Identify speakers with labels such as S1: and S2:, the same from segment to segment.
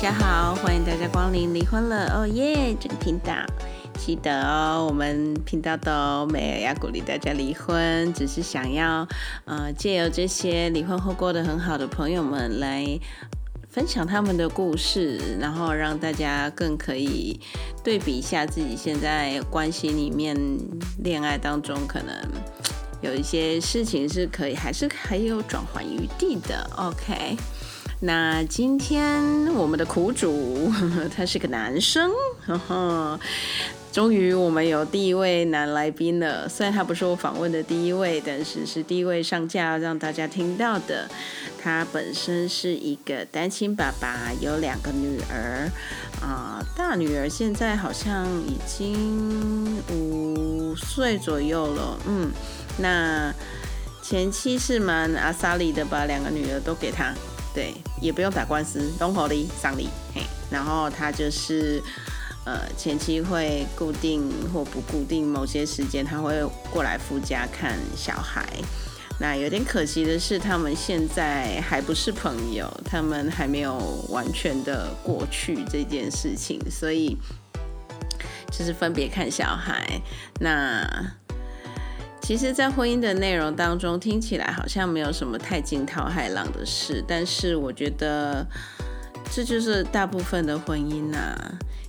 S1: 家好，欢迎大家光临《离婚了》哦耶！这个频道记得哦，我们频道都没有要鼓励大家离婚，只是想要呃借由这些离婚后过得很好的朋友们来分享他们的故事，然后让大家更可以对比一下自己现在关系里面恋爱当中可能。有一些事情是可以，还是还有转圜余地的。OK，那今天我们的苦主 他是个男生，呵呵终于我们有第一位男来宾了。虽然他不是我访问的第一位，但是是第一位上架让大家听到的。他本身是一个单亲爸爸，有两个女儿，啊、大女儿现在好像已经五岁左右了，嗯，那前妻是蛮阿萨里的吧，两个女儿都给他，对，也不用打官司，龙口里上里，嘿，然后他就是。呃，前期会固定或不固定某些时间，他会过来夫家看小孩。那有点可惜的是，他们现在还不是朋友，他们还没有完全的过去这件事情，所以就是分别看小孩。那其实，在婚姻的内容当中，听起来好像没有什么太惊涛骇浪的事，但是我觉得这就是大部分的婚姻呐、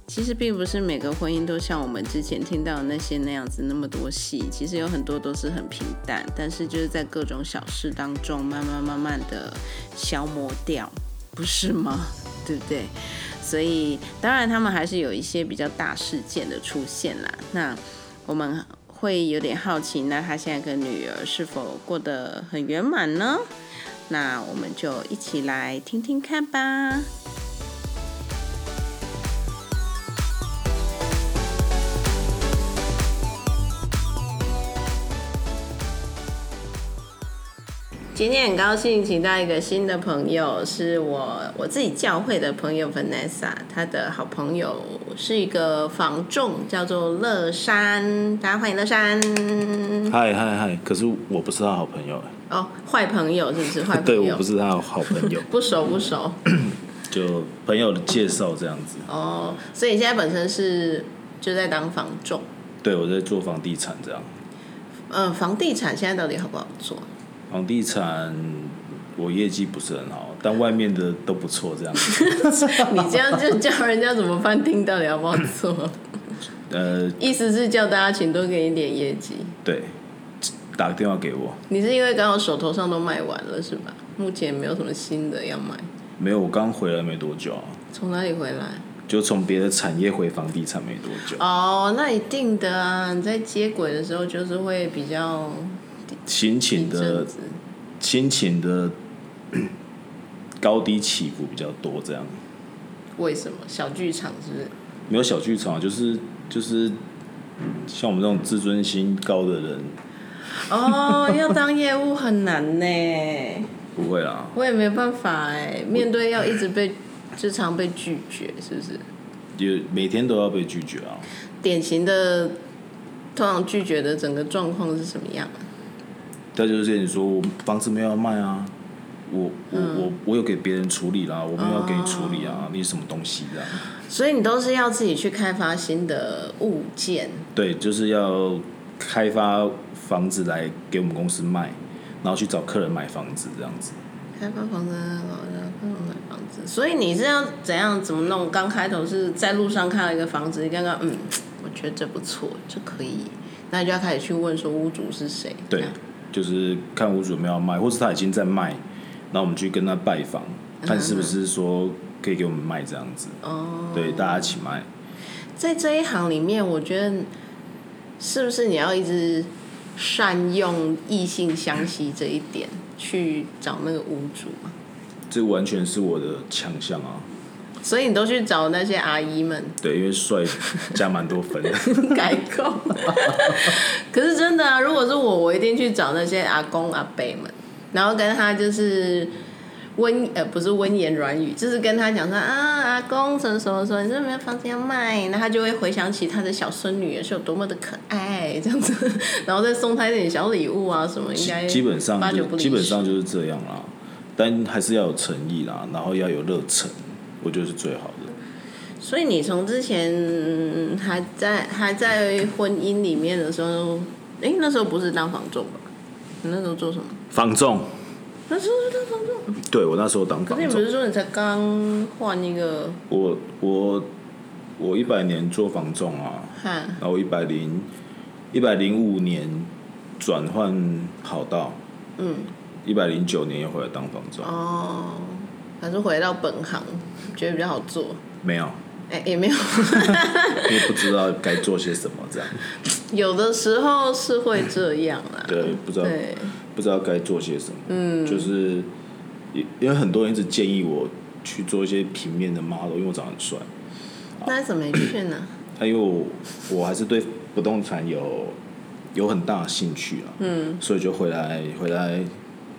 S1: 其实并不是每个婚姻都像我们之前听到的那些那样子那么多戏，其实有很多都是很平淡，但是就是在各种小事当中慢慢慢慢的消磨掉，不是吗？ 对不对？所以当然他们还是有一些比较大事件的出现啦。那我们会有点好奇，那他现在跟女儿是否过得很圆满呢？那我们就一起来听听看吧。今天很高兴请到一个新的朋友，是我我自己教会的朋友 Vanessa，她的好朋友是一个房仲，叫做乐山，大家欢迎乐山。
S2: 嗨嗨嗨！可是我不是他好朋友欸，
S1: 哦，坏朋友是不是？坏朋
S2: 对
S1: 友，
S2: 我不是他好朋友
S1: 不熟不熟
S2: 就朋友的介绍这样子。
S1: 哦，所以你现在本身是就在当房仲，
S2: 对我在做房地产这样，
S1: 呃，房地产现在到底好不好做？
S2: 房地产我业绩不是很好，但外面的都不错这样 子。
S1: 你这样就叫人家怎么判定到底好不好做？
S2: 呃，
S1: 意思是叫大家请多给你点业绩。
S2: 对，打个电话给我。
S1: 你是因为刚好手头上都卖完了是吧？目前没有什么新的要卖。
S2: 没有，我刚回来没多久啊，
S1: 从哪里回来？
S2: 就从别的产业回房地产没多久，
S1: 哦，那一定的啊！你在接轨的时候就是会比较
S2: 心
S1: 一
S2: 情
S1: 阵
S2: 的
S1: 子。
S2: 心情的 高低起伏比较多这样。
S1: 为什么小剧场是不是？
S2: 没有小剧场，啊就是就是像我们这种自尊心高的人，
S1: 哦，要当业务很难呢，
S2: 不会啦。
S1: 我也没办法哎，面对要一直被，就常被拒绝，是不是？
S2: 就每天都要被拒绝啊，
S1: 典型的，通常拒绝的整个状况是什么样啊？
S2: 他就是跟你说我房子没有要卖啊，我我、我我有给别人处理啦，我没有给你处理啊，你什么东西啊？
S1: 所以你都是要自己去开发新的物件，
S2: 对，就是要开发房子来给我们公司卖，然后去找客人买房子这样子。
S1: 开发房子，啊然后买房子。所以你是要怎样怎么弄？刚开头是在路上看到一个房子，刚刚嗯，我觉得这不错，这可以，那你就要开始去问说屋主是谁。
S2: 对
S1: 这样，
S2: 就是看屋主有没有要卖，或是他已经在卖，然后我们去跟他拜访，
S1: 嗯
S2: 看是不是说可以给我们卖这样子。
S1: 哦，
S2: 对，大家一起卖。
S1: 在这一行里面，我觉得是不是你要一直善用异性相吸这一点去找那个屋主啊？
S2: 这完全是我的强项啊！
S1: 所以你都去找那些阿姨们
S2: 对，因为帅加蛮多分的。
S1: 改购， 可是真的啊，如果是我，我一定去找那些阿公阿伯们，然后跟他就是温呃不是温言软语，就是跟他讲说啊阿公什么什么什么，你这没有房子要卖，那他就会回想起他的小孙女也是有多么的可爱这样子，然后再送他一点小礼物啊什么，应
S2: 基
S1: 该
S2: 基本上
S1: 八
S2: 就
S1: 九不离
S2: 基本
S1: 十
S2: 上就是这样啦，但还是要有诚意啦，然后要有热忱，我觉得是最好的。
S1: 所以你从之前嗯还在还在婚姻里面的时候，哎、那时候不是当房仲吧？你那时候做什么？
S2: 房仲，
S1: 那时候是当房仲，
S2: 对我那时候当
S1: 可
S2: 房
S1: 是你不
S2: 仲，
S1: 是说你才刚换一个
S2: 我我我一百年做房仲啊，
S1: 汉？
S2: 然后一百零一百零五年转换跑道，
S1: 嗯，
S2: 一百零九年又回来当房仲，
S1: 哦，还是回到本行，觉得比较好做。
S2: 没有，
S1: 哎、也没有，
S2: 因为不知道该做些什么 这样，
S1: 有的时候是会这样啦。
S2: 对，不知道
S1: 对，
S2: 不知道该做些什么。嗯，就是因因为很多人一直建议我去做一些平面的 model，因为我长得很帅。
S1: 那怎么没去呢？
S2: 但因为我我还是对不动产有有很大的兴趣啊，嗯，所以就回来回来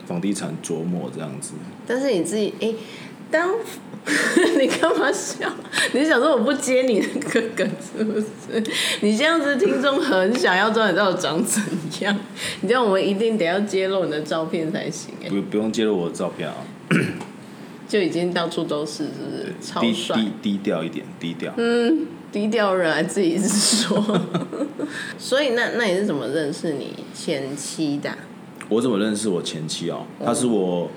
S2: 房地产琢磨这样子。
S1: 但是你自己哎、当 你干嘛笑？你是想说我不接你那个梗是不是？你这样子听众很想要知道你到底长怎样，你这样我们一定得要揭露你的照片才行哎、
S2: 不不用揭露我的照片啊，
S1: 就已经到处都是是不是？超
S2: 低
S1: 帅。嗯
S2: 低低调一点，低调。
S1: 低调人还自己一直说， 所以那那你是怎么认识你前妻的啊、
S2: 我怎么认识我前妻哦？
S1: 嗯
S2: 她是我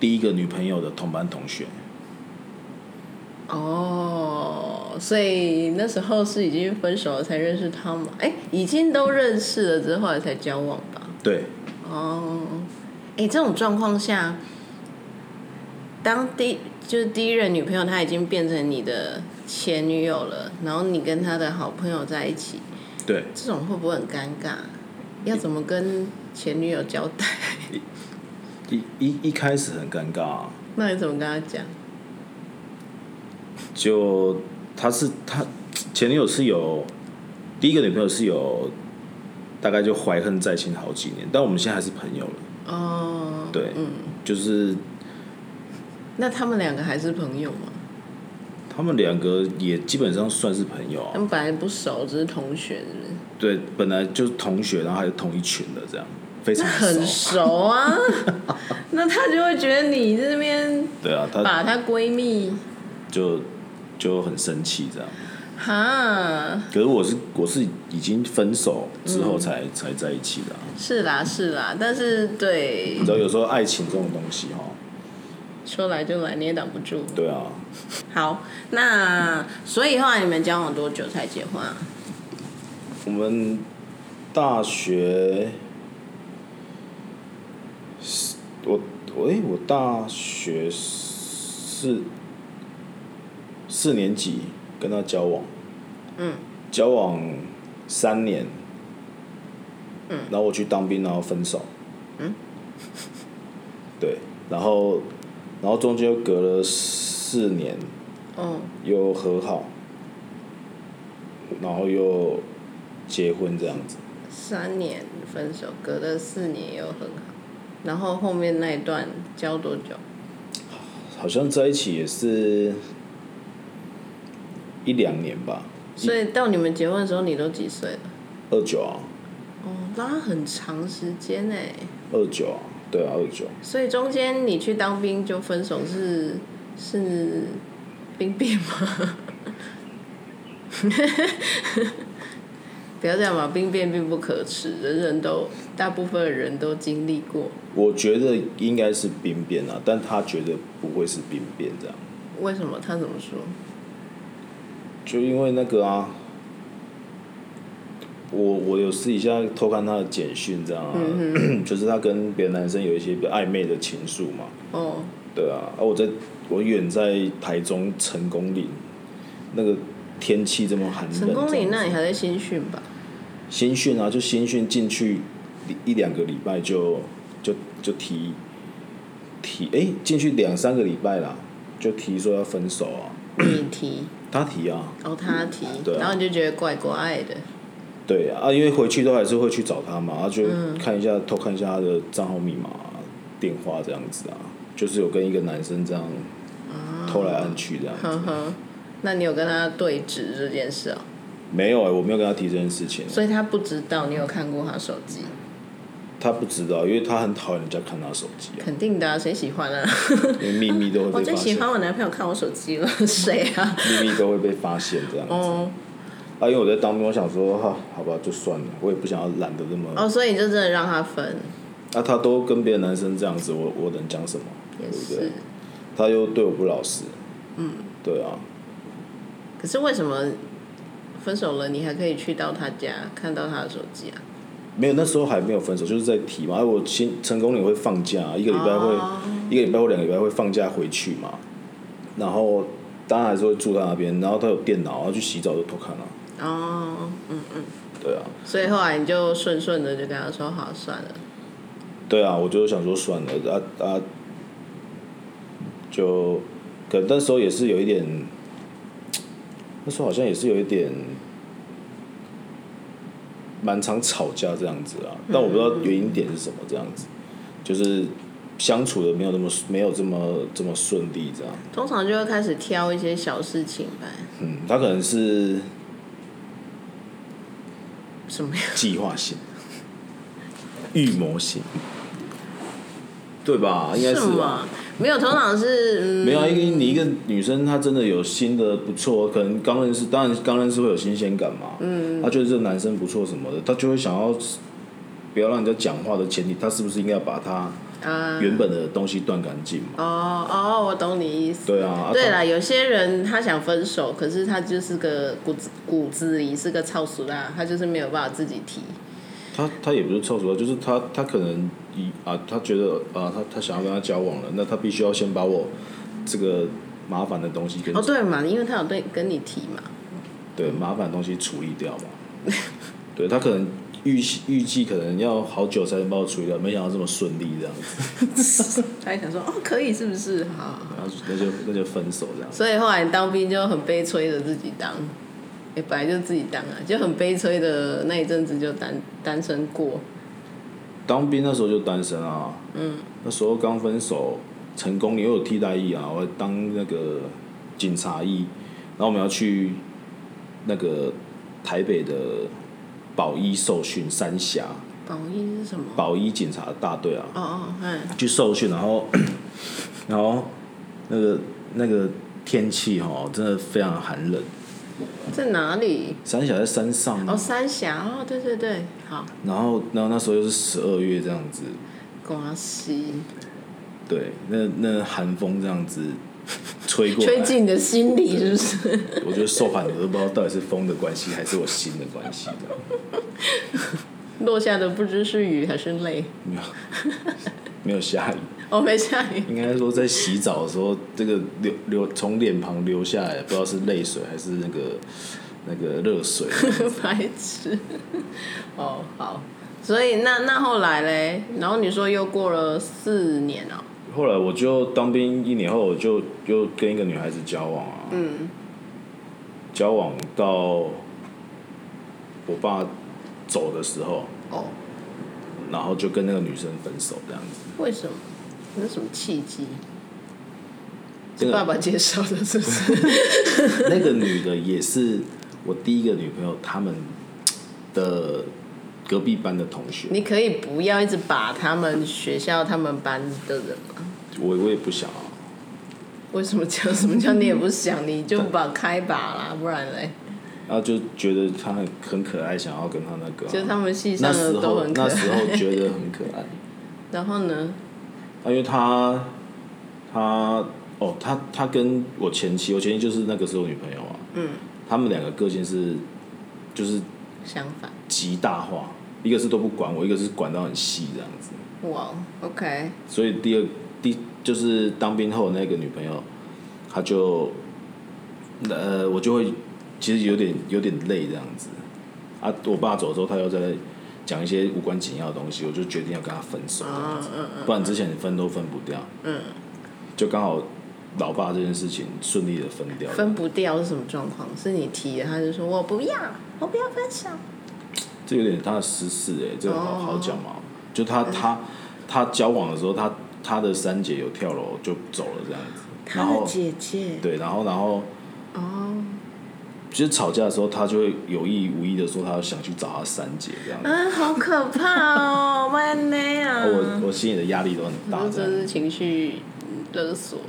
S2: 第一个女朋友的同班同学。
S1: 哦，所以那时候是已经分手了才认识他嘛？哎、已经都认识了之后才交往吧？
S2: 对，
S1: 哦，哎、这种状况下，当第就是第一任女朋友她已经变成你的前女友了，然后你跟她的好朋友在一起，
S2: 对，
S1: 这种会不会很尴尬？要怎么跟前女友交代？
S2: 一一一开始很尴尬、啊，
S1: 那你怎么跟她讲？
S2: 就她是她前女友是有第一个女朋友是有大概就怀恨在心好几年，但我们现在还是朋友了。
S1: 哦，
S2: 对，就是
S1: 那他们两个还是朋友吗？
S2: 他们两个也基本上算是朋友
S1: 他
S2: 啊。
S1: 们本来不熟，只是同学，是不是？
S2: 对，本来就是同学，然后还是同一群的这样，非
S1: 那
S2: 常
S1: 很
S2: 熟。
S1: 熟啊， 那他就会觉得你这边
S2: 对啊，她
S1: 把她闺蜜
S2: 就就很生气这样。
S1: 哈，
S2: 可是我是我是已经分手之后才、才在一起的啊、
S1: 是啦是啦，但是对
S2: 你，知道有时候爱情这种东西哈，
S1: 说来就来，你也挡不住。
S2: 对啊，
S1: 好，那所以后来你们交往多久才结婚啊？
S2: 我们大学，我我诶，我大学四四年级跟他交往，
S1: 嗯，
S2: 交往三年，嗯，然后我去当兵，然后分手，
S1: 嗯，
S2: 对，然后然后中间又隔了四年，
S1: 哦，
S2: 又和好，然后又结婚这样子。
S1: 三年分手，隔了四年又很好，然后后面那一段交多久？
S2: 好像在一起也是一两年吧，
S1: 所以到你们结婚的时候，你都几岁了？
S2: 二九啊，
S1: 哦，拉很长时间欸呢。
S2: 二九啊，对啊，二九。
S1: 所以中间你去当兵就分手是是兵变吗？ 不要这样嘛，兵变并不可耻，人人都大部分人都经历过。
S2: 我觉得应该是兵变啊，但他觉得不会是兵变这样，
S1: 为什么他怎么说？
S2: 就因为那个啊，我我有私底下偷看他的简讯这样啊， 就是他跟别的男生有一些比较暧昧的情愫嘛，
S1: 哦，
S2: 对啊，啊我在我远在台中成功岭，那个天气这么寒冷，
S1: 成功岭
S2: 这样
S1: 那
S2: 子
S1: 你还在新训 吧？
S2: 新训啊，就新训进去一一两个礼拜就就就提提哎进、去两三个礼拜啦，就提说要分手啊，
S1: 你提，
S2: 他提啊，
S1: 然后他提，
S2: 对啊
S1: 然后你就觉得怪怪的。
S2: 对啊，因为回去都还是会去找他嘛，啊就
S1: 嗯
S2: 看一下、偷看一下他的账号密码、啊电话这样子啊，就是有跟一个男生这样
S1: 啊
S2: 偷来暗去这样，
S1: 呵呵，那你有跟他对峙这件事哦、
S2: 欸没有哎、我没有跟他提这件事情，
S1: 所以他不知道你有看过他手机。
S2: 他不知道，因为他很讨厌人家看他手机 啊，
S1: 肯定的啊、谁喜欢啊？
S2: 因为秘密都
S1: 我
S2: 会被
S1: 最
S2: 发
S1: 喜
S2: 现，
S1: 欢我男朋友看我手机了， 谁啊？
S2: 秘密都会被发现这样子。
S1: 哦
S2: 啊，因为我在当兵，我想说哈、好吧，就算了，我也不想要懒得那么。
S1: 哦，所以你就真的让他分，
S2: 啊，他都跟别的男生这样子，我我能讲什么？
S1: 也
S2: 对不对
S1: 是。
S2: 他又对我不老实。嗯。对啊，
S1: 可是为什么分手了你还可以去到他家看到他的手机啊？
S2: 没有，那时候还没有分手，就是在提嘛。啊、我新成功岭会放假，啊一个礼拜会、
S1: 哦
S2: 一个礼拜或两个礼拜会放假回去嘛。然后当然还是会住他那边，然后他有电脑，然后去洗澡就偷看了、
S1: 哦，嗯，
S2: 对啊，
S1: 所以后来你就顺顺的就跟他说好算了，
S2: 对啊，我就想说算了，啊啊，就可能那时候也是有一点，那时候好像也是有一点蛮常吵架这样子啊，但我不知道原因点是什么，这样子就是相处的没有那么没有这么这么顺利这样。
S1: 通常就会开始挑一些小事情呗，
S2: 嗯，他可能是
S1: 什么呀？
S2: 计划性、预谋性，对吧？应该
S1: 什
S2: 是吧。
S1: 么？没有，通常是嗯，
S2: 没有啊，因为你一个女生，她真的有新的不错，可能刚认识，当然刚认识会有新鲜感嘛。嗯。她觉得这个男生不错什么的，她就会想要不要让人家讲话的前提，她是不是应该把她
S1: 啊。
S2: 原本的东西断干净嘛？
S1: 哦哦，我懂你意思。
S2: 对啊啊
S1: 对啦，有些人他想分手，可是他就是个骨子骨子里是个操俗啦，他就是没有办法自己提。
S2: 她她也不是臭手，就是她她可能以啊，她觉得啊，她她想要跟他交往了，那她必须要先把我这个麻烦的东西跟、
S1: 哦，对嘛，因为他有对跟你提嘛。
S2: 对麻烦的东西处理掉嘛。 对她可能预预计可能要好久才能把我处理掉，没想到这么顺利这样子。
S1: 他也想说，哦，可以是不是？好好。好
S2: 然后那就那就分手这样。
S1: 所以后来当兵就很悲催的自己当，也、本来就自己当啊，就很悲催的那一阵子就单单身过。
S2: 当兵那时候就单身啊，嗯，那时候刚分手，成功也有替代役啊，我当那个警察役，然后我们要去那个台北的保一受训，三峡
S1: 保一是什么？
S2: 保一警察大队啊，
S1: 哦哦，嗯，
S2: 去受训，然后 然后那个那个天气哦，真的非常寒冷，
S1: 在哪里？
S2: 三峡在山上啊、
S1: 哦，三峡哦，对对对，好，
S2: 然后然后那时候又是十二月这样子，
S1: 广西，
S2: 对，那那寒风这样子 吹过来，
S1: 吹进你的心里是不是？
S2: 我觉得受寒，我都不知道到底是风的关系还是我心的关系这样
S1: 落下的不知是雨还是泪。
S2: 没有没有下雨，
S1: 哦，没下雨，
S2: 应该说在洗澡的时候，这个流流从脸庞流下来，不知道是泪水还是那个那个热水。
S1: 白痴。哦，好，所以那那后来嘞，然后你说又过了四年哦，
S2: 后来我就当兵一年后，我就又跟一个女孩子交往啊，
S1: 嗯，
S2: 交往到我爸走的时候，
S1: 哦，
S2: 然后就跟那个女生分手这样子。
S1: 为什么？有什么契机？
S2: 这
S1: 是
S2: 个
S1: 爸爸介绍的，是不是？
S2: 那个女的也是我第一个女朋友，他们的隔壁班的同学。
S1: 你可以不要一直把他们学校、他们班的人吗？
S2: 我我也不想啊，
S1: 为什么叫什么叫你也不想，你就把开把啦，不然嘞，
S2: 然后就觉得她很很可爱，想要跟她那个啊、
S1: 就是他们系上
S2: 那时
S1: 的都
S2: 候
S1: 很可
S2: 那时候
S1: 爱。
S2: 觉得很可爱，啊，
S1: 然后呢？
S2: 因为她她哦，她她跟我前妻，我前妻就是那个时候女朋友啊，
S1: 嗯，
S2: 他们两个个性是就是
S1: 相反，
S2: 极大化，一个是都不管我，一个是管到很细这样子。
S1: 哇，OK，
S2: 所以第二第就是当兵后那个女朋友，她就呃我就会其实有点有点累这样子啊。我爸走之后，他又在讲一些无关紧要的东西，我就决定要跟他分手这样子，
S1: 嗯
S2: 不然之前分都分不掉。嗯，就刚好老爸这件事情顺利的分掉了，
S1: 分不掉是什么状况？是你提的，他就说我不要，我不要分手。
S2: 这有点他的私事哎、这个好
S1: 哦嗯
S2: 好讲嘛。就他他他交往的时候，他他的三姐有跳楼就走了这样子，
S1: 他
S2: 然
S1: 的
S2: 后
S1: 姐姐，
S2: 对，然后然后。
S1: 哦，
S2: 其实吵架的时候，他就会有意无意的说他想去找他三姐这样子，
S3: 啊，好可怕哦，万呢啊！
S2: 我我心里的压力都很大
S1: 这嗯
S2: 这
S1: 就
S2: 样。
S1: 是情绪勒索。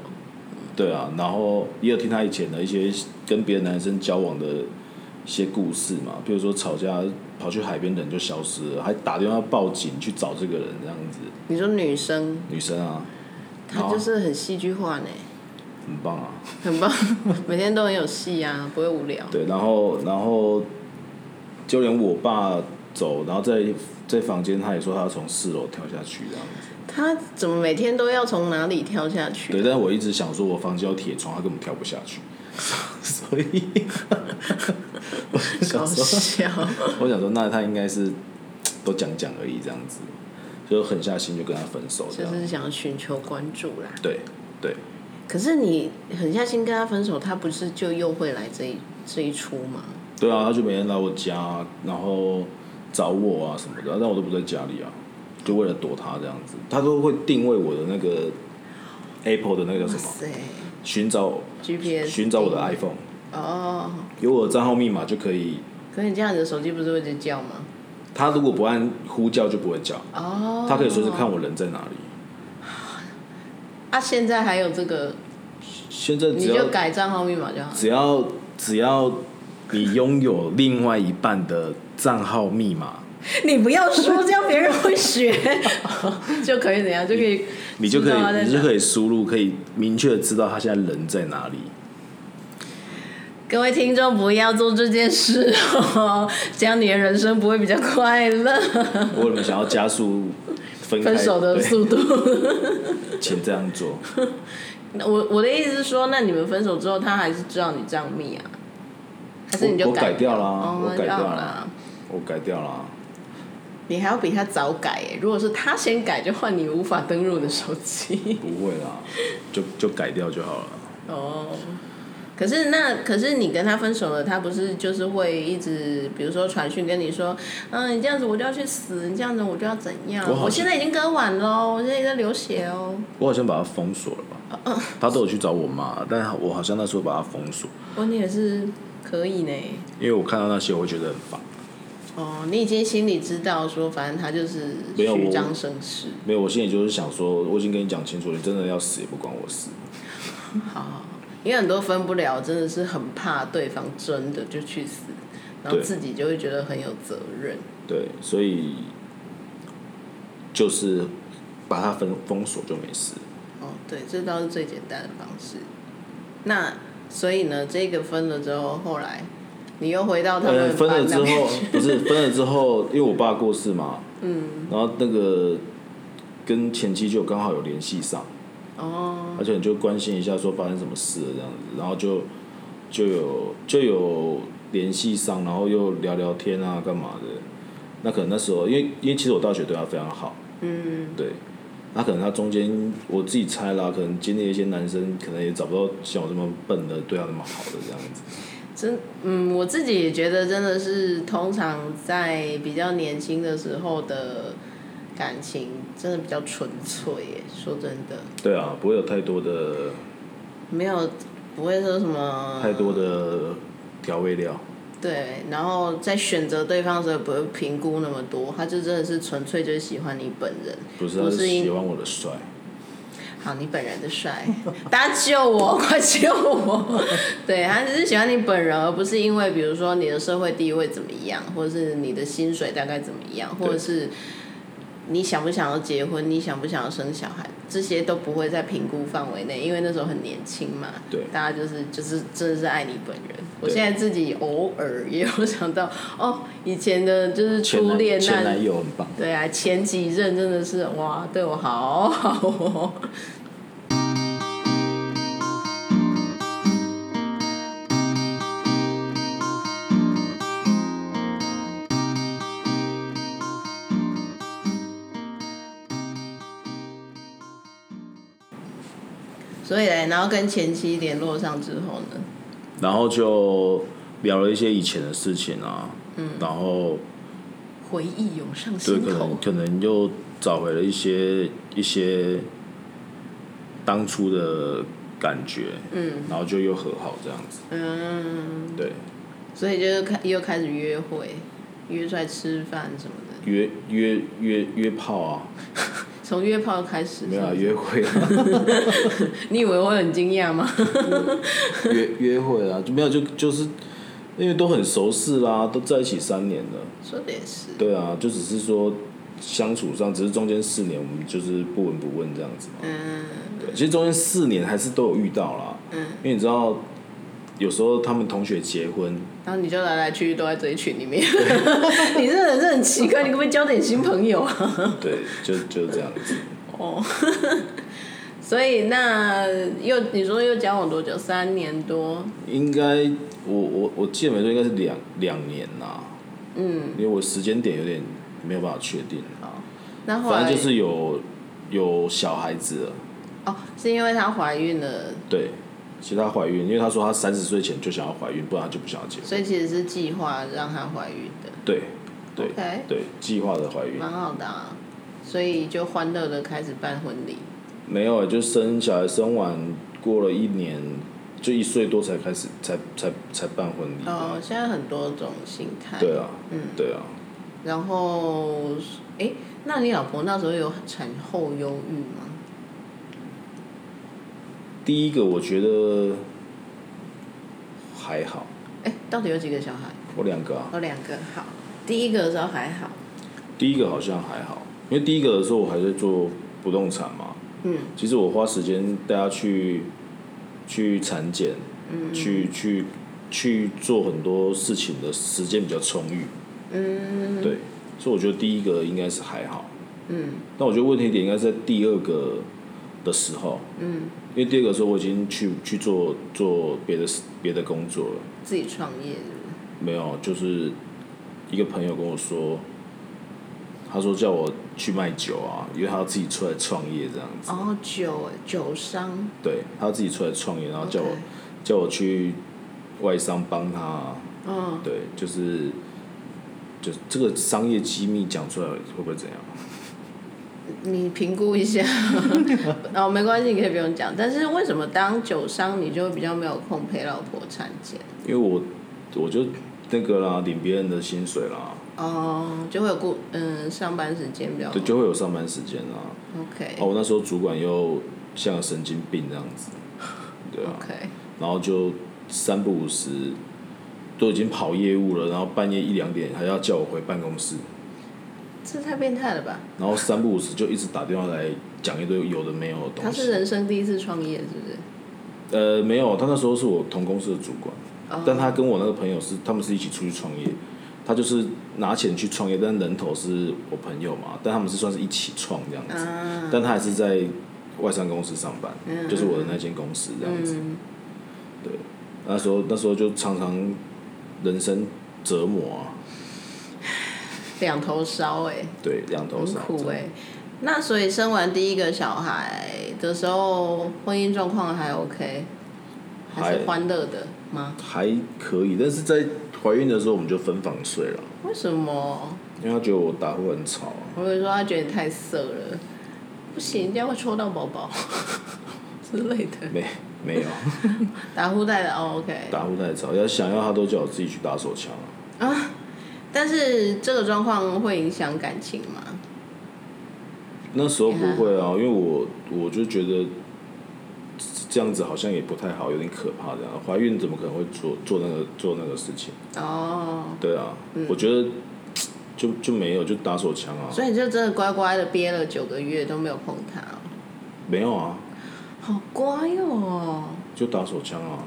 S2: 对啊，然后也有听他以前的一些跟别的男生交往的一些故事嘛，比如说吵架跑去海边人就消失了，还打电话报警去找这个人这样子，
S1: 你说女生，
S2: 女生啊，
S1: 她就是很戏剧化呢，
S2: 很棒啊。
S1: 很棒， 每天都很有戏啊，不会无聊。
S2: 对，然后然后就连我爸走，然后在在房间他也说他要从四楼跳下去这样子。
S1: 她怎么每天都要从哪里跳下去？
S2: 对，但是我一直想说我房间有铁窗，他根本跳不下去， 所 以我
S1: 搞
S2: 想说，
S1: 笑，
S2: 我想说那他应该是都讲讲而已这样子，就狠下心就跟他分手
S1: 就
S2: 这样。
S1: 是想寻求关注啦。
S2: 对对，
S1: 可是你狠下心跟他分手，他不是就又会来这一这一出吗？
S2: 对啊，他就每天来我家，然后找我啊什么的，但我都不在家里啊，就为了躲他这样子。他都会定位我的那个 Apple 的那个叫什 么，
S1: 塞
S2: 寻找
S1: ，GPS
S2: 寻找我的 iPhone，
S1: 哦，
S2: 有我的账号密码就可以。
S1: 可是你这样你的手机不是会一直叫吗？
S2: 他如果不按呼叫就不会叫，
S1: 哦，
S2: 他可以随时看我人在哪里。
S1: 啊，现在还有这个，
S2: 现在
S1: 你
S2: 只要
S1: 就改账号密码就好。
S2: 只要只要你拥有另外一半的账号密码，
S1: 你不要说，这样别人会学， 就可以怎样，就可以
S2: 你就可
S1: 知道他在
S2: 以，
S1: 哪
S2: 你就可以输入，可以明确的知道他现在人在哪里。
S1: 各位听众不要做这件事哦，这样你的人生不会比较快 乐。
S2: 如果你们想要加速分开
S1: 分手的速度，
S2: 对请这样做。
S1: 我我的意思是说，那你们分手之后，他还是知道你账密啊？还是你就
S2: 我我改掉了啊
S1: 哦
S2: 我改掉
S1: 那就好
S2: 了
S1: 啦。
S2: 我改掉了啊，
S1: 你还要比他早改耶！如果是他先改，就换你无法登入你的手机。
S2: 不会啦，就就改掉就好了。
S1: 哦，可是那可是你跟他分手了，他不是就是会一直，比如说传讯跟你说，嗯、你这样子我就要去死，你这样子我就要怎样？
S2: 我
S1: 我
S2: 好像
S1: 现在已经割腕喽，我现在在流血哦。
S2: 我好像把他封锁了吧？他都有去找我妈，但我好像那时候把他封锁，
S1: 哦，你也是可以呢。
S2: 因为我看到那些我会觉得很烦。
S1: 哦，你已经心里知道说，反正他就是
S2: 没有
S1: 虚
S2: 我
S1: 张声势。
S2: 没有，我心里就是想说，我已经跟你讲清楚，你真的要死也不关我事。
S1: 好，因为很多分不了，真的是很怕对方真的就去死，然后
S2: 对
S1: 自己就会觉得很有责任。
S2: 对，所以就是把他封封锁就没事。
S1: 哦，对，这倒是最简单的方式。那所以呢，这个分了之后，后来你又回到他
S2: 呃，
S1: 们
S2: 分了
S1: 班
S2: 之
S1: 那边
S2: 后
S1: 去
S2: 不是分了之后，因为我爸过世嘛，嗯，然后那个跟前妻就刚好有联系上，
S1: 哦，
S2: 而且你就关心一下说发生什么事了这样子，然后就就有就有联系上，然后又聊聊天啊，干嘛的。那可能那时候，因为因为其实我大学对他非常好，嗯，对。那可能他中间我自己猜啦，可能经历了一些男生，可能也找不到像我这么笨的对他那么好的这样子。
S1: 真嗯，我自己也觉得真的是，通常在比较年轻的时候的感情真的比较纯粹耶。说真的，
S2: 对啊，不会有太多的
S1: 没有不会说什么
S2: 太多的调味料。
S1: 对，然后在选择对方的时候也不会评估那么多，他就真的是纯粹就是喜欢你本人，
S2: 不是，
S1: 不
S2: 他
S1: 是
S2: 是
S1: 因
S2: 喜欢我的帅。
S1: 好，你本人的帅， 大家救我，快救我！ 对他只是喜欢你本人，而不是因为比如说你的社会地位怎么样，或者是你的薪水大概怎么样，或者
S2: 对
S1: 是你想不想要结婚，你想不想要生小孩，这些都不会在评估范围内，因为那时候很年轻嘛。
S2: 对
S1: 大家就是就是真的是爱你本人。我
S2: 对
S1: 现在自己偶尔也有想到，哦，以前的就是
S2: 前
S1: 初
S2: 男
S1: 恋
S2: 前
S1: 那
S2: 男友很棒。
S1: 对啊，前几任真的是哇，对我好好哦。所以嘞，然后跟前妻联络上之后呢，
S2: 然后就聊了一些以前的事情啊，嗯，然后
S1: 回忆涌上
S2: 对，
S1: 心
S2: 可能
S1: 头。
S2: 可能又找回了一些一些当初的感觉，嗯，然后就又和好这样子，
S1: 嗯，
S2: 对，
S1: 所以就是开又开始约会，约出来吃饭什么的，
S2: 约约约约炮啊，
S1: 从约炮开始。
S2: 没有啊，约会啊，
S1: 你以为我很惊讶 吗？
S2: 约约会啊，就没有就就是因为都很熟识啦，都在一起三年了。
S1: 说的也是，
S2: 对啊，就只是说相处上，只是中间四年我们就是不闻不问这样子嘛。
S1: 嗯
S2: 对，其实中间四年还是都有遇到啦，
S1: 嗯。
S2: 因为你知道，有时候他们同学结婚，
S1: 然后你就来来去去都在这一群里面， 你这人是很奇怪，你可不可以交点新朋友 啊？
S2: 对，就就这样子。
S1: 哦， 所以那又你说又交往多久？三年多，
S2: 应该我我我记得没错，应该是两两年啦，
S1: 嗯，
S2: 因为我时间点有点没有办法确定，
S1: 好，那后来
S2: 反正就是有有小孩子了，
S1: 哦，是因为她怀孕了，
S2: 对。其实她怀孕，因为她说她三十岁前就想要怀孕，不然她就不想要结婚。
S1: 所以其实是计划让她怀孕的，
S2: 对，对
S1: OK
S2: 对，计划的怀孕。
S1: 蛮好的啊，所以就欢乐的开始办婚礼，
S2: 没有，啊就生小孩生完过了一年，就一岁多才开始才才才办婚礼。
S1: 哦，现在很多种心态，
S2: 嗯啊对啊，
S1: 嗯
S2: 对啊，
S1: 然后，哎，那你老婆那时候有产后忧郁吗？
S2: 第一个我觉得还好，
S1: 哎，到底有几个小孩？
S2: 我两个啊，
S1: 有两个，好，第一个的时候还好，
S2: 第一个好像还好，因为第一个的时候我还在做不动产嘛，
S1: 嗯，
S2: 其实我花时间带他去去产检，嗯，去去去做很多事情的时间比较充裕，嗯，对，所以我觉得第一个应该是还好，
S1: 嗯，
S2: 但我觉得问题点应该是在第二个的时候，嗯，因为第二个的时候我已经去去做做别的事别的工作了，
S1: 自己创业是不是
S2: 没有，就是一个朋友跟我说。他说叫我去卖酒啊，因为他要自己出来创业这样子。
S1: 哦，酒哎酒商，
S2: 对，他自己出来创业，然后叫我
S1: OK
S2: 叫我去外商帮他，啊
S1: 嗯，
S2: 对，就是就这个商业机密讲出来会不会怎样？
S1: 你评估一下， 哦，没关系，你可以不用讲。但是为什么当酒商你就比较没有空陪老婆产检？
S2: 因为我我就那个啦，领别人的薪水啦，
S1: 哦，就会有顾嗯上班时间比较
S2: 对，就会有上班时间啦。
S1: 哦 OK
S2: 哦，我那时候主管又像个神经病这样子，对啊，
S1: OK，
S2: 然后就三不五时都已经跑业务了，然后半夜一两点还要叫我回办公室。
S1: 这太变态了吧？
S2: 然后三不五时就一直打电话来讲一堆有的没有的东西。
S1: 他是人生第一次创业，是不是？
S2: 呃，没有，他那时候是我同公司的主管，
S1: 哦
S2: 但他跟我那个朋友是，他们是一起出去创业，他就是拿钱去创业，但人头是我朋友嘛，但他们是算是一起创这样子，
S1: 啊
S2: 但他还是在外商公司上班，
S1: 嗯
S2: 就是我的那间公司这样子，对，那时候那时候就常常人生折磨啊，
S1: 两头烧哎、
S2: 对，两头
S1: 很
S2: 伤，
S1: 苦哎、那所以生完第一个小孩的时候，婚姻状况还 OK，还是
S2: 还
S1: 欢乐的吗？
S2: 还可以，但是在怀孕的时候我们就分房睡了，
S1: 为什么？
S2: 因为他觉得我打呼很吵啊。
S1: 我跟你说，他觉得你太色了，不行，人家会戳到宝宝 之类的。
S2: 没没有
S1: 打呼带的哦，OK。
S2: 打呼太吵，要想要他都叫我自己去打手枪啊、
S1: 但是这个状况会影响感情吗？
S2: 那时候不会啊，因为我我就觉得这样子好像也不太好，有点可怕这样。怀孕怎么可能会做做那个做那个事情？
S1: 哦，
S2: 对啊，我觉得就就没有就打手枪啊，
S1: 所以你就真的乖乖的憋了九个月都没有碰他哦、
S2: 没有啊，
S1: 好乖哦，
S2: 就打手枪啊。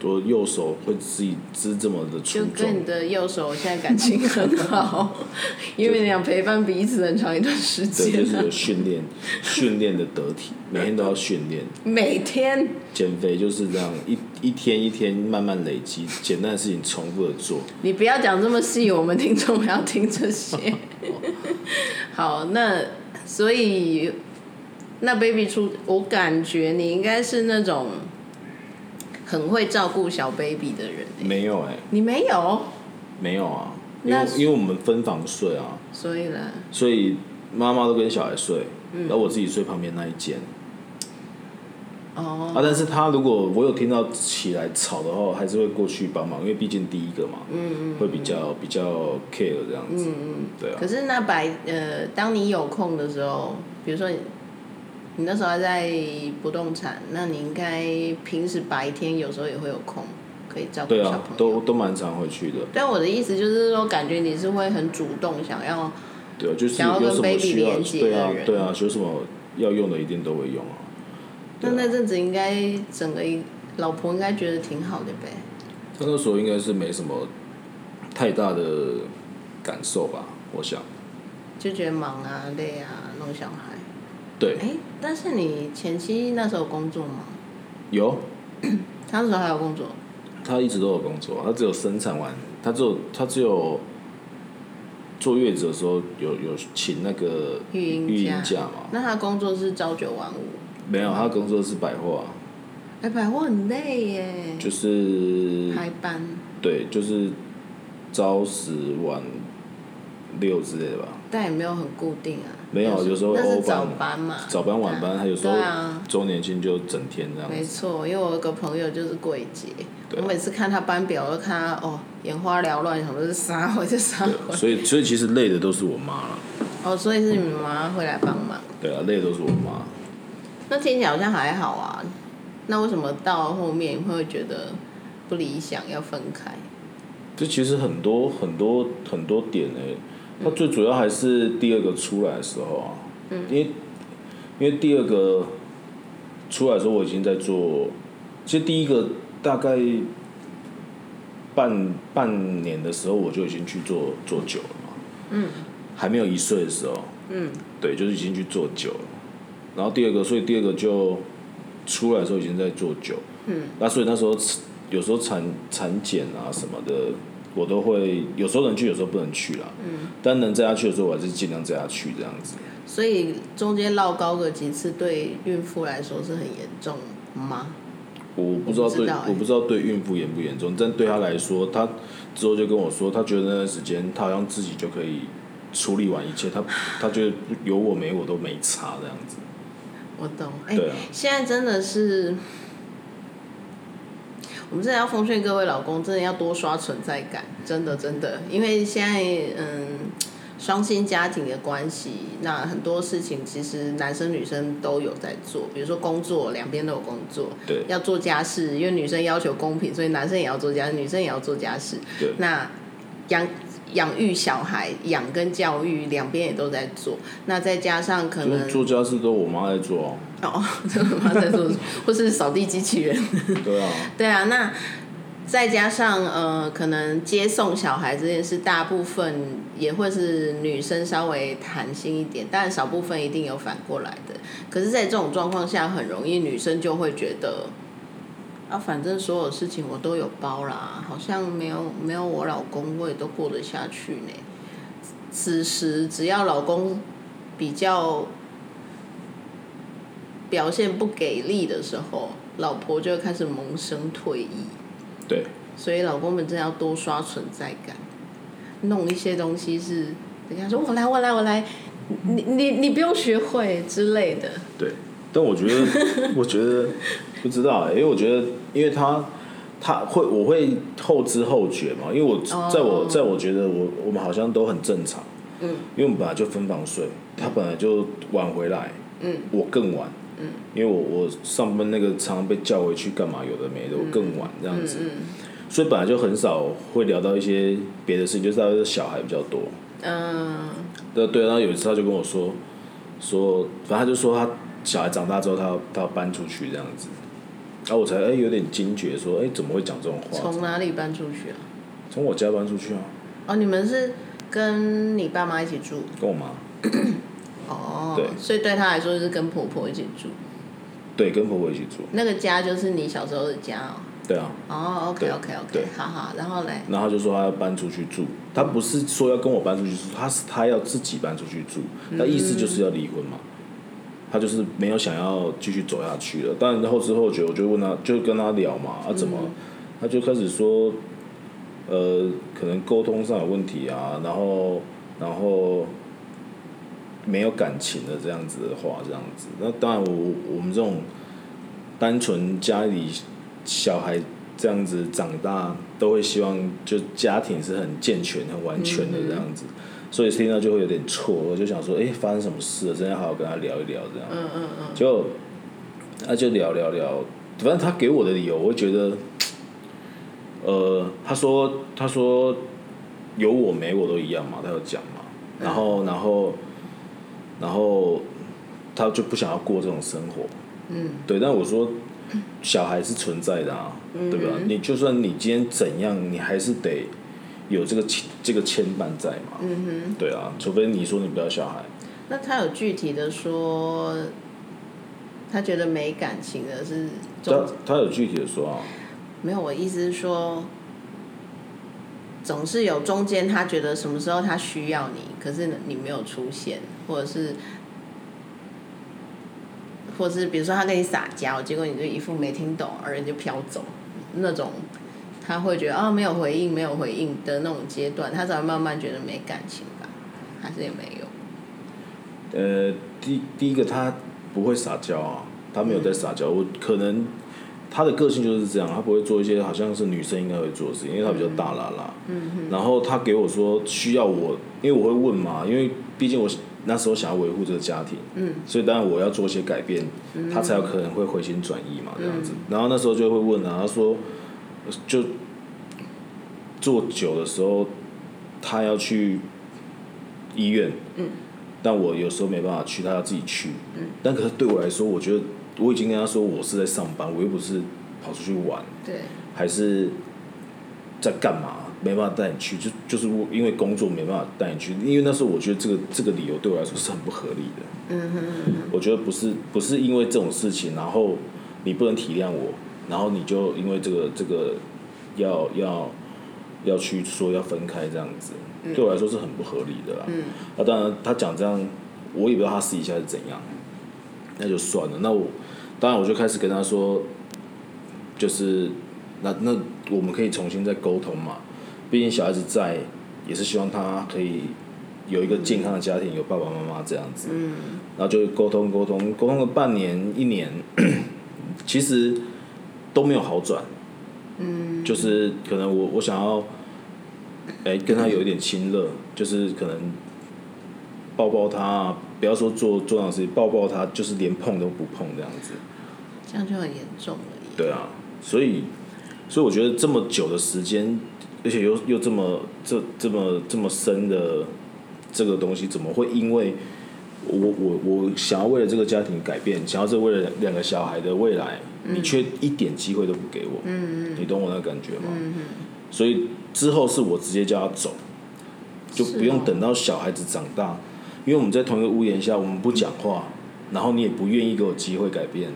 S2: 我右手会自己支这么的粗
S1: 就跟
S2: 壮
S1: 你，的右手现在感情很好， 因为你俩陪伴彼此很长一段时
S2: 对，
S1: 间
S2: 就
S1: 啊
S2: 是
S1: 了，
S2: 有训练训练的得体，每天都要训练。
S1: 每天
S2: 减肥就是这样，一一天一天慢慢累积，简单的事情重复的做。
S1: 你不要讲这么细，我们听众不要听这 些。好，那所以那 baby 出，我感觉你应该是那种很会照顾小 baby 的人欸、
S2: 没有哎、
S1: 你没有，
S2: 没有啊，因
S1: 那
S2: 为因为我们分房睡啊，
S1: 所以呢，
S2: 所
S1: 嗯
S2: 以妈妈都跟小孩睡，然后我自己睡旁边那一间。
S1: 哦，
S2: 啊，但是他如果我有听到起来吵的话，还是会过去帮忙，因为毕竟第一个嘛，嗯会比较比较 care 这样子，嗯对啊
S1: 可，是那白呃，当你有空的时候，比如说你你那时候还在不动产，那你应该平时白天有时候也会有空，可以照顾
S2: 对
S1: 小
S2: 啊
S1: 朋，友。
S2: 都都蛮常回去的，
S1: 但我的意思就是说，感觉你是会很主动想要，
S2: 对啊，就是
S1: 想要
S2: 有
S1: 跟
S2: 什么
S1: baby
S2: 需要
S1: 连，接
S2: 对
S1: 的
S2: 啊
S1: 人
S2: 对啊，有什么要用的一定都会用啊。
S1: 那那阵子应该整个一老婆应该觉得挺好的呗。
S2: 那个时候应该是没什么太大的感受吧，我想，
S1: 就觉得忙啊、累啊、弄小孩。
S2: 对，
S1: 哎、但是你前期那时候有工作吗？
S2: 有，
S1: 他那时候还有工作，
S2: 他一直都有工作，他只有生产完，他只有他只有坐月子的时候有有请那个
S1: 育婴
S2: 育
S1: 假
S2: 婴假嘛，
S1: 那他工作是朝九晚五。
S2: 没有，他工作是百货、啊，
S1: 哎、百货很累耶，
S2: 就是
S1: 排班。
S2: 对，就是朝十晚六之类的吧，
S1: 但也没有很固定啊。
S2: 没有有时候
S1: 那
S2: 欧
S1: 是
S2: 班
S1: 早班嘛，
S2: 早班晚班，
S1: 对啊
S2: 他有时候
S1: 对啊，
S2: 周年庆就整天这样
S1: 没
S2: 子，
S1: 错，因为我有个朋友就是柜姐，
S2: 对
S1: 我每次看她班表，我就看她哦眼花缭乱，想说是啥回是啥
S2: 对，
S1: 回，
S2: 所以所以其实累的都是我妈了，
S1: 哦，所以是你们妈会来帮忙。
S2: 对啊，累的都是我妈。
S1: 那听起来好像还好啊，那为什么到后面会觉得不理想要分开？
S2: 这其实很多很多很多点呢、它最主要还是第二个出来的时候啊，因为因为第二个出来的时候我已经在做，其实第一个大概半半年的时候我就已经去做做酒了嘛，嗯，还没有一岁的时候，
S1: 嗯，
S2: 对，就是已经去做酒了，然后第二个，所以第二个就出来的时候已经在做酒，嗯，那所以那时候有时候产产检啊什么的，我都会有时候能去，有时候不能去啦。嗯，但能载他去的时候，我还是尽量载他去这样子。
S1: 所以中间落高个几次，对孕妇来说是很严重吗？
S2: 我不知道
S1: 我不
S2: 对，
S1: 知道欸
S2: 我不知道对孕妇严不严重，但对她来说，她之后就跟我说，她觉得那段时间她好像自己就可以处理完一 切，她她觉得有我没我都没差这样子。
S1: 我懂，哎、
S2: 对啊，
S1: 现在真的是，我们真的要奉劝各位老公，真的要多刷存在感，真的真的，因为现在嗯，双薪家庭的关系，那很多事情其实男生女生都有在做，比如说工作，两边都有工作，
S2: 对
S1: 要做家事，因为女生要求公平，所以男生也要做家事，女生也要做家事，
S2: 对
S1: 那养养育小孩、养跟教育两边也都在做，那再加上可
S2: 就是
S1: 能
S2: 做家事都我妈在做、啊，
S1: 哦， 这个妈在 做，或是扫地机器人。
S2: 对啊，
S1: 对啊，那再加上呃，可能接送小孩这件事，大部分也会是女生稍微弹性一点，但少部分一定有反过来的。可是，在这种状况下，很容易女生就会觉得。啊，反正所有事情我都有包啦，好像没有没有我老公，我也都过得下去呢。此时只要老公比较表现不给力的时候，老婆就会开始萌生退意。
S2: 对。
S1: 所以老公们真的要多刷存在感，弄一些东西是人家说我来我来我来，你你你不用学会之类的。
S2: 对，但我觉 得，我觉得不知道欸、因为我觉得，因为他他会，我会后知后觉嘛，因为我
S1: 哦
S2: 在我在我觉得我我们好像都很正常，
S1: 嗯，
S2: 因为我们本来就分房睡，他本来就晚回来，
S1: 嗯，
S2: 我更晚，嗯，因为我我上班那个常常被叫回去干嘛，有的没的，我更晚这样子，
S1: 嗯
S2: 所以本来就很少会聊到一些别的事情，就是大家都是小孩比较多，
S1: 嗯，
S2: 对对，然后有一次他就跟我说，说反正他就说他小孩长大之后他要他要搬出去这样子，然后我才哎、有点惊觉说哎、怎么会讲这种话？
S1: 从哪里搬出去啊？
S2: 从我家搬出去啊，
S1: 哦，你们是跟你爸妈一起住
S2: 跟我妈
S1: 哦，
S2: 对
S1: 所以对她来说是跟婆婆一起住，
S2: 对跟婆婆一起住，
S1: 那个家就是你小时候的家哦。
S2: 对啊，
S1: 哦，OK
S2: 对
S1: OK
S2: 对
S1: OK，好好，然后嘞，
S2: 然后他就说他要搬出去住，他不是说要跟我搬出去住，他是他要自己搬出去住，他意思就是要离婚嘛。他就是没有想要继续走下去了。当然后知后觉，我就问他，就跟他聊嘛，啊怎么，他就开始说，呃，可能沟通上有问题啊，然后然后没有感情的这样子的话，这样子。那当然我我们这种单纯家里小孩这样子长大，都会希望就家庭是很健全、很完全的这样子，所以听到就会有点错，我就想说，哎、发生什么事了？真的要好好跟他聊一聊这样。嗯嗯嗯。就，那、就聊聊聊，反正他给我的理由，我会觉得，呃，他说他说有我没我都一样嘛，他有讲嘛，然后然后然后他就不想要过这种生活。嗯。对，但我说。小孩是存在的啊，对吧？你就算你今天怎样，你还是得有这个牵这个牵绊在嘛。嗯哼，对啊，除非你说你不要小孩，
S1: 那他有具体的说，他觉得没感情的是
S2: 他
S1: 总
S2: 他有具体的说啊，
S1: 没有，我意思是说，总是有中间他觉得什么时候他需要你，可是你没有出现，或者是，或者是比如说他跟你撒娇，结果你就一副没听懂，而人就飘走那种。他会觉得啊、没有回应，没有回应的那种阶段，他才会慢慢觉得没感情吧，还是也没有。
S2: 呃，第第一个他不会撒娇啊，他没有在撒娇，我可能他的个性就是这样，他不会做一些好像是女生应该会做的事情，因为他比较大啦啦。嗯然后他给我说需要我，因为我会问嘛，因为毕竟我那时候想要维护这个家庭，嗯，所以当然我要做一些改变，他才有可能会回心转意嘛，这样子。然后那时候就会问啊，他说就做久的时候，他要去医院，嗯，但我有时候没办法去，他要自己去，嗯，但可是对我来说，我觉得我已经跟他说我是在上班，我又不是跑出去玩，
S1: 对，
S2: 还是在干嘛？没办法带你去，就就是我因为工作没办法带你去，因为那时候我觉得这个这个理由对我来说是很不合理的。嗯哼我觉得不是不是因为这种事情，然后你不能体谅我，然后你就因为这个这个要要要去说要分开这样子，对我来说是很不合理的啦。嗯。啊，当然他讲这样，我也不知道他私底下是怎样，那就算了。那我当然我就开始跟他说，就是那那我们可以重新再沟通嘛，毕竟小孩子在，也是希望他可以有一个健康的家庭，有爸爸妈妈这样子。嗯。然后就沟通沟通沟通了半年一年， 其实都没有好转。嗯。就是可能我我想要，哎、跟他有一点亲热，就是可能抱抱他啊，不要说做做那种事情，抱抱他，就是连碰都不碰这样子。
S1: 这样就很严重了耶。
S2: 对啊，所以所以我觉得这么久的时间，而且又又这么这这么这么深的这个东西，怎么会因为我我我想要为了这个家庭改变，想要是为了两个小孩的未来，你却一点机会都不给我，嗯你懂我那个感觉吗？所以之后是我直接叫他走，就不
S1: 是
S2: 用
S1: 哦
S2: 等到小孩子长大，因为我们在同一个屋檐下，我们不讲话，然后你也不愿意给我机会改变，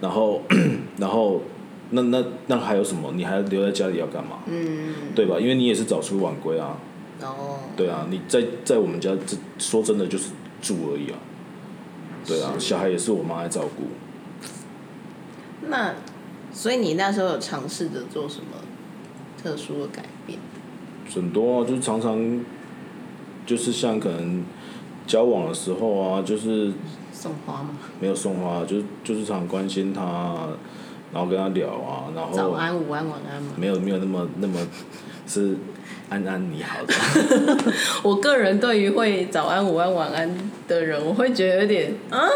S2: 然后 然后那那那还有什么？你还留在家里要干嘛？
S1: 嗯，
S2: 对吧？因为你也是早出晚归啊，
S1: 然后
S2: 对啊，
S1: 嗯
S2: 你在在我们家这说真的就是住而已啊，对啊，小孩也是我妈在照顾，
S1: 那，所以你那时候有尝试着做什么特殊的改变？
S2: 很多、啊、就是常常就是像可能交往的时候啊，就是
S1: 送花吗？
S2: 没有送花，就是就是常关心他啊，然后跟他聊啊，然
S1: 早
S2: 后
S1: 安、午安、晚安吗？
S2: 没有没有那么那么是安安你好的，
S1: 我个人对于会早安、午安、晚安的人，我会觉得有点啊，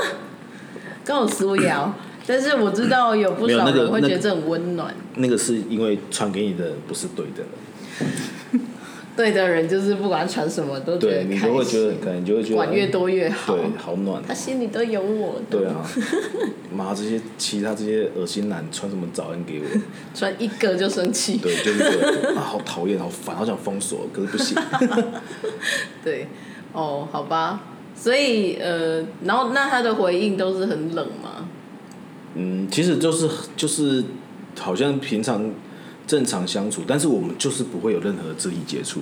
S1: 跟我私聊。 但是我知道有不
S2: 没有
S1: 少
S2: 那个
S1: 人会觉
S2: 那
S1: 得
S2: 个
S1: 这很温暖。
S2: 那个是因为传给你的人不是对的人，
S1: 对的人就是不管传什么都觉得
S2: 对你
S1: 开
S2: 就会
S1: 心
S2: 觉得很开心，你就会觉得哎
S1: 管越多越好。
S2: 对，好暖哦、
S1: 他心里都有我的，
S2: 对啊， 妈这些其他这些恶心男穿什么早安给 我？
S1: 传一个就生气。
S2: 对，就是觉得啊，好讨厌，好烦，好想封锁，可是不 行。
S1: 对，哦，好吧，所以呃，然后那他的回应都是很冷嘛，
S2: 嗯，其实就是就是好像平常正常相处，但是我们就是不会有任何肢体接触，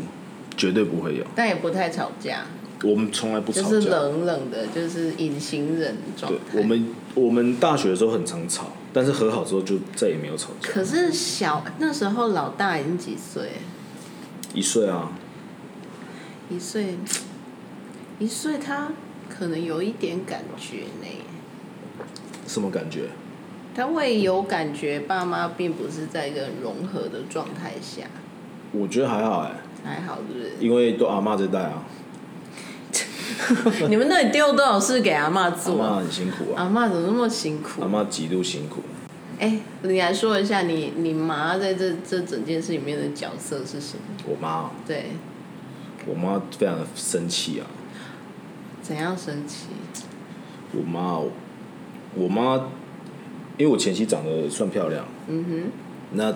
S2: 绝对不会有，
S1: 但也不太吵架，
S2: 我们从来不
S1: 就
S2: 吵
S1: 是
S2: 架。
S1: 冷冷的，就是隐形人状
S2: 对
S1: 态，。
S2: 我们我们大学的时候很常吵，但是和好之后就再也没有吵架。
S1: 可是小那时候老大已经几岁？
S2: 一岁啊，
S1: 一岁，一岁他可能有一点感觉呢。
S2: 什么感觉？
S1: 他会有感觉爸妈并不是在一个融合的状态下，
S2: 我觉得还好哎、
S1: 还好是不是？
S2: 因为都阿嬷在带啊，
S1: 你们那里丢多少事给阿妈
S2: 阿
S1: 做
S2: 嬷
S1: 啊？
S2: 很辛苦啊，
S1: 阿妈怎么那么辛苦
S2: 阿？嬷极度辛苦。
S1: 哎、你来说一下你你妈在这这整件事里面的角色是什么？
S2: 我妈，
S1: 对，
S2: 我妈非常的生气啊，
S1: 怎样生气？
S2: 我妈，我妈，因为我前妻长得算漂亮，
S1: 嗯
S2: 那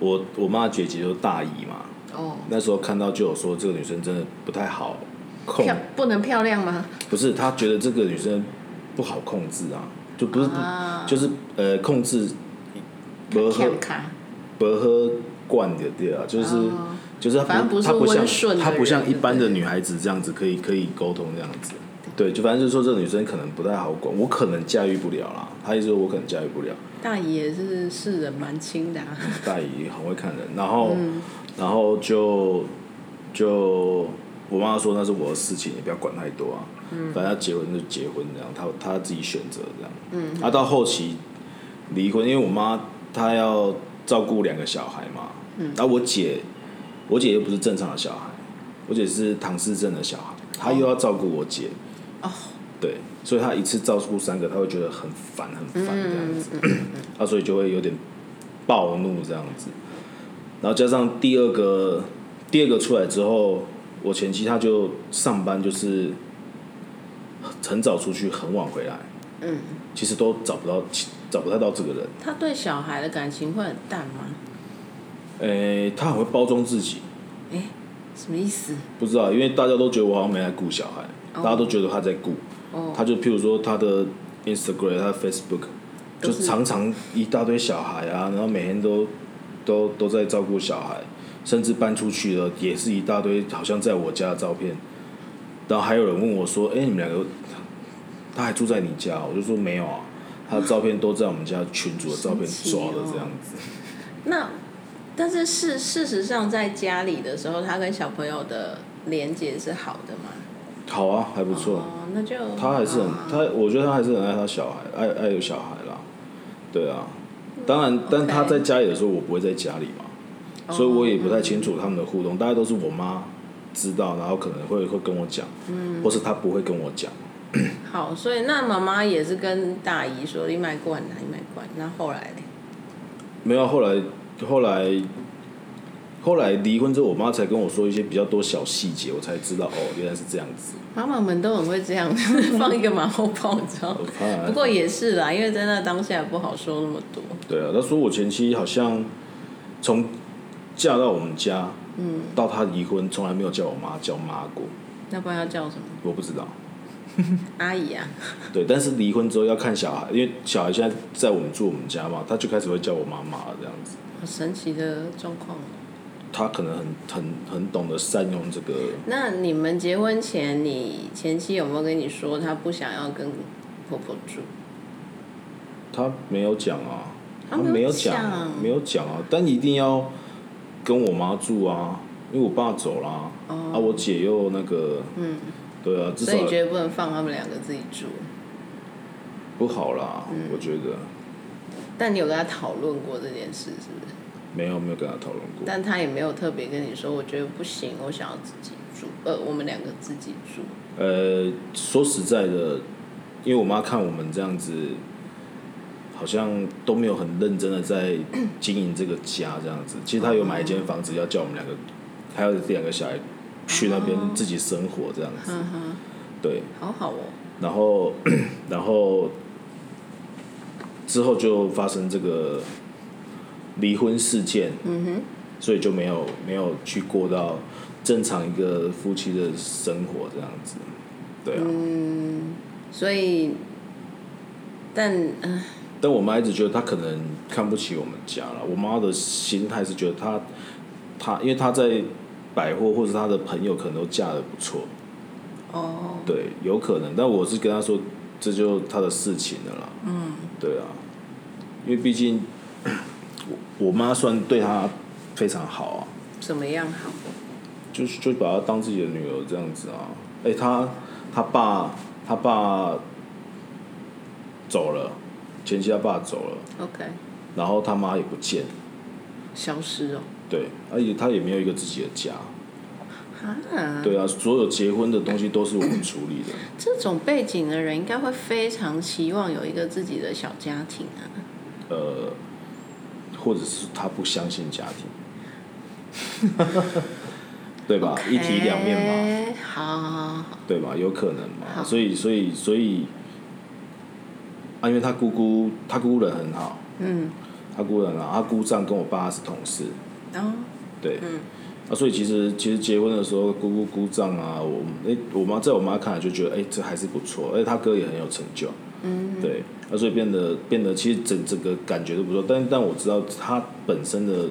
S2: 我我妈的姐姐就是大姨嘛，
S1: 哼，哦，
S2: 那时候看到就有说这个女生真的不太好控，
S1: 漂不能漂亮吗？
S2: 不是她觉得这个女生不好控制啊，就不是、
S1: 啊
S2: 就是呃控制不喝
S1: 看卡，
S2: 不喝惯的对啊，就是、
S1: 哦
S2: 就是
S1: 反
S2: 她
S1: 正不是
S2: 她不像
S1: 温顺的
S2: 她不像
S1: 人
S2: 一般的
S1: 对
S2: 女孩子这样子可以可以沟通这样子，对，就反正就是说这个女生可能不太好管，我可能驾驭不了啦，她意思说我可能驾驭不了，
S1: 大姨也是是人蛮亲的、啊，
S2: 大姨很会看人，然后、然后就就我妈说那是我的事情，你不要管太多啊，反正要结婚就结婚这样，她她自己选择这样，嗯，她、到后期离婚，因为我妈她要照顾两个小孩嘛，嗯，然后我姐我姐又不是正常的小孩，我姐是唐氏症的小孩，她又要照顾我姐，
S1: 哦，
S2: 对，所以她一次照顾三个，她会觉得很烦很烦这样子， 她、所以就会有点暴怒这样子，然后加上第二个第二个出来之后，我前妻她就上班就是很早出去，很晚回来，
S1: 嗯，
S2: 其实都找不到找不太到这个人，
S1: 他对小孩的感情会很淡吗？
S2: 诶、她很会包装自己，
S1: 什么意思？
S2: 不知道，因为大家都觉得我好像没在顾小孩，
S1: 哦
S2: 大家都觉得他在顾，
S1: 哦
S2: 他就譬如说他的 Instagram、他的 Facebook，
S1: 都
S2: 就是常常一大堆小孩啊，然后每天都都都在照顾小孩，甚至搬出去了也是一大堆，好像在我家的照片。然后还有人问我说：“哎、你们两个，他还住在你家？”我就说：“没有啊，他的照片都在我们家群主的照片
S1: 神奇
S2: 抓的
S1: 哦
S2: 这样子。
S1: 那但是事事实上，在家里的时候，他跟小朋友的连接是好的嘛？
S2: 好啊，还不错。
S1: 哦，那就
S2: 他还是很
S1: 啊
S2: 他，我觉得他还是很爱他小孩，爱爱有小孩啦，对啊。当然，但
S1: OK
S2: 他在家里的时候，我不会在家里嘛，所以我也不太清楚他们的互动，大概都是我妈知道，然后可能会会跟我讲，或是他不会跟我讲。
S1: 好，所以那妈妈也是跟大姨说你买罐啊啦，你买罐。那后来嘞，
S2: 没有，后来后来后来离婚之后，我妈才跟我说一些比较多小细节，我才知道哦，原来是这样子。
S1: 妈妈们都很会这样放一个马后炮，你知道吗
S2: 我？怕
S1: 不过也是啦，因为在那当下不好说那么多。
S2: 对啊，他说我前妻好像从嫁到我们家，嗯，到她离婚，从来没有叫我妈叫妈过，
S1: 那不然要叫什么？
S2: 我不知道。
S1: 阿姨啊？
S2: 对，但是离婚之后要看小孩，因为小孩现在在我们住我们家嘛，他就开始会叫我妈妈这样子。
S1: 好神奇的状况哦。
S2: 他可能很很很懂得善用这个，
S1: 那你们结婚前，你前妻有没有跟你说她不想要跟婆婆住？
S2: 他没有讲啊，
S1: 他
S2: 没
S1: 没有
S2: 讲啊，
S1: 讲
S2: 没有讲啊，但一定要跟我妈住啊，因为我爸走啦，啊，我姐又那个，嗯，对啊，至
S1: 哦所
S2: 少
S1: 以你觉得不能放他们两个自己住？
S2: 不好啦，
S1: 嗯
S2: 我觉得。
S1: 但你有跟她讨论过这件事是不是？
S2: 没有，没有跟他讨论过。
S1: 但她也没有特别跟你说，我觉得不行，我想要自己住，呃，我们两个自己住。
S2: 呃，说实在的，因为我妈看我们这样子，好像都没有很认真的在经营这个家 这样子。其实她有买一间房子，要叫我们两个，还有两个小孩去那边自己生活这样子。
S1: 哦嗯哼，
S2: 对，
S1: 好好哦。
S2: 然后 然后之后就发生这个离婚事件，嗯哼，所以就没有没有去过到正常一个夫妻的生活这样子，对啊。
S1: 所以，但嗯、
S2: 但我妈一直觉得她可能看不起我们家了。我妈的心态是觉得她，她因为她在百货或者她的朋友可能都嫁的不错，
S1: 哦，
S2: 对，有可能。但我是跟她说，这就她的事情了啦。嗯，对啊，因为毕竟我我妈算对她非常好啊，
S1: 怎么样好？
S2: 就是就把她当自己的女儿这样子啊。哎、她她爸她爸走了，前妻他爸走了，
S4: OK，
S2: 然后他妈也不见，
S4: 消失哦。
S2: 对，而且他也没有一个自己的家，
S4: 啊，
S2: 对啊，所有结婚的东西都是我们处理的，
S4: 这种背景的人应该会非常期望有一个自己的小家庭啊。
S2: 呃，或者是他不相信家庭， 对吧？一体两面嘛，
S4: 哎，好好好好，
S2: 对吧？有可能嘛，
S4: 好
S2: 所以所以所以，啊，因为他姑姑他姑姑人很好，
S4: 嗯，
S2: 他姑姑人很好，他姑丈跟我爸是同事，
S4: 然后
S2: 对，啊，所以其实其实结婚的时候，姑姑姑丈啊，我哎、我妈在我妈看来就觉得哎、这还是不错，而且他哥也很有成就，嗯，对，啊，所以变得变得其实整整个感觉都不错，但但我知道他本身的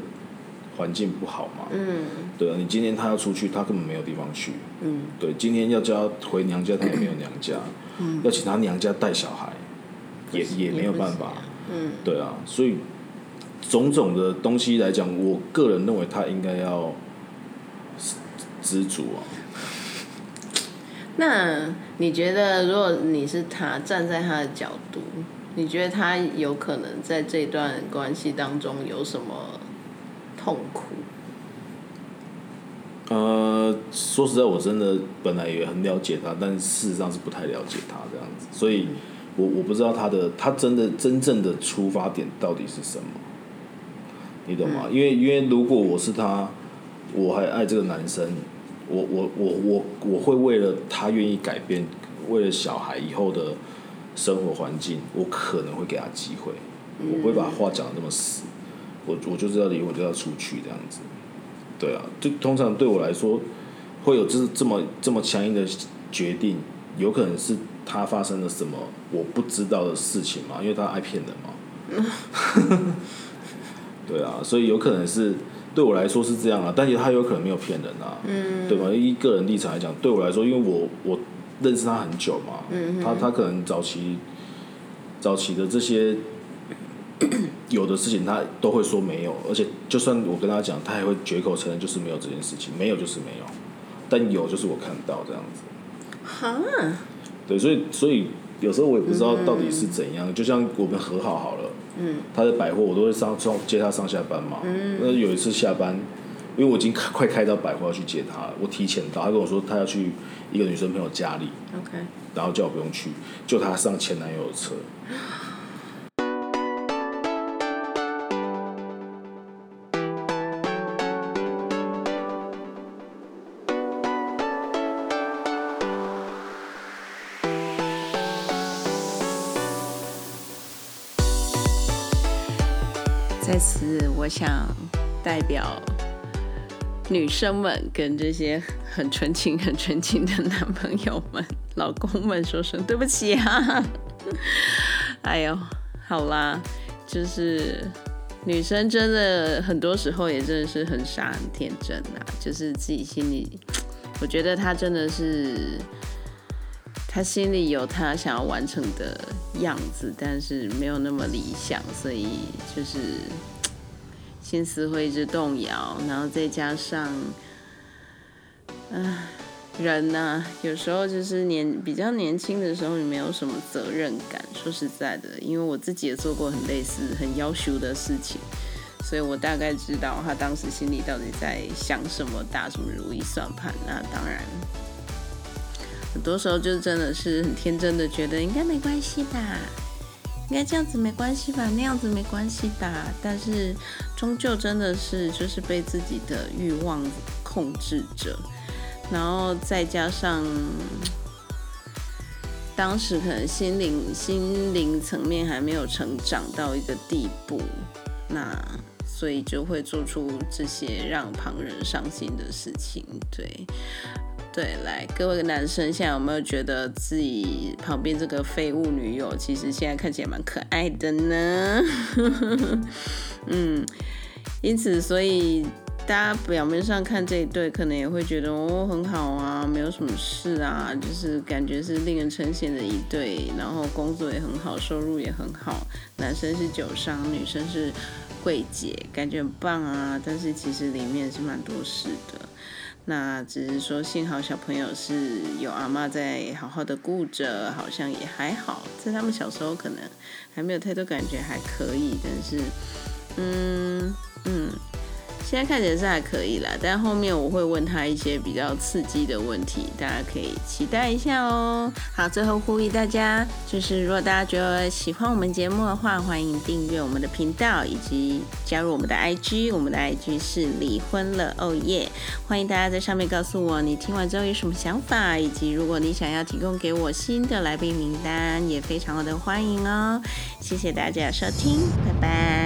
S2: 环境不好嘛，嗯，对啊，你今天他要出去，他根本没有地方去，嗯，对，今天要叫他回娘家，他也没有娘家，嗯， 要请他娘家带小孩，也也没有办法，嗯，对啊，所以种种的东西来讲，我个人认为他应该要知足啊。
S4: 那你觉得，如果你是他，站在他的角度，你觉得他有可能在这段关系当中有什么痛苦？
S2: 呃，说实在，我真的本来也很了解他，但事实上是不太了解他这样子，所以我我不知道他的他真的真正的出发点到底是什么，你懂吗？因为因为如果我是他，我还爱这个男生，我我我我我会为了他愿意改变，为了小孩以后的生活环境，我可能会给他机会，我不会把话讲的那么死，我我就是要离婚，我就要出去这样子。对啊，就通常对我来说，会有这这么这么强硬的决定，有可能是他发生了什么我不知道的事情嘛，因为他爱骗人嘛。 对啊，所以有可能是对我来说是这样啊，但是他有可能没有骗人啊，嗯、对吧？以个人立场来讲，对我来说，因为我我认识他很久嘛，他他可能早期早期的这些有的事情他都会说没有，而且就算我跟他讲，他也会绝口承认就是没有这件事情，没有就是没有，但有就是我看到这样子。
S4: 哈，
S2: 对，所以所以有时候我也不知道到底是怎样。就像我们和好好了，嗯，他在百货，我都会上上接他上下班嘛。嗯，那有一次下班，因为我已经快快开到百货要去接他了，我提前到，他跟我说他要去一个女生朋友家里，
S4: OK，
S2: 然后叫我不用去，就他上前男友的车。
S1: 在此，我想代表女生们跟这些很纯情、很纯情的男朋友们、老公们说声对不起啊！ 哎呦，好啦，就是女生真的很多时候也真的是很傻、很天真啊，就是自己心里，我觉得她真的是。她心里有她想要完成的样子，但是没有那么理想，所以就是心思会一直动摇，然后再加上，唉，人呐、有时候就是年比较年轻的时候，你没有什么责任感。说实在的，因为我自己也做过很类似、很要求的事情，所以我大概知道他当时心里到底在想什么，打什么如意算盘。那当然。很多时候就真的是很天真的觉得应该没关系吧，应该这样子没关系吧，那样子没关系吧。但是终究真的是就是被自己的欲望控制着，然后再加上当时可能心灵心灵层面还没有成长到一个地步，那所以就会做出这些让旁人伤心的事情，对。对，来，各位男生，现在有没有觉得自己旁边这个废物女友，其实现在看起来蛮可爱的呢？ 嗯，因此，所以大家表面上看这一对，可能也会觉得哦很好啊，没有什么事啊，就是感觉是令人称羡的一对，然后工作也很好，收入也很好，男生是酒商，女生是柜姐，感觉很棒啊。但是其实里面是蛮多事的。那只是说，幸好小朋友是有阿妈在好好的顾着，好像也还好，在他们小时候可能还没有太多感觉，还可以，但是，嗯嗯，现在看起来是还可以啦，但后面我会问他一些比较刺激的问题，大家可以期待一下哦。好，最后呼吁大家，就是如果大家觉得喜欢我们节目的话，欢迎订阅我们的频道，以及加入我们的 IG，我们的 IG 是离婚了哦耶！欢迎大家在上面告诉我你听完之后有什么想法，以及如果你想要提供给我新的来宾名单，也非常的欢迎哦。谢谢大家的收听，拜拜。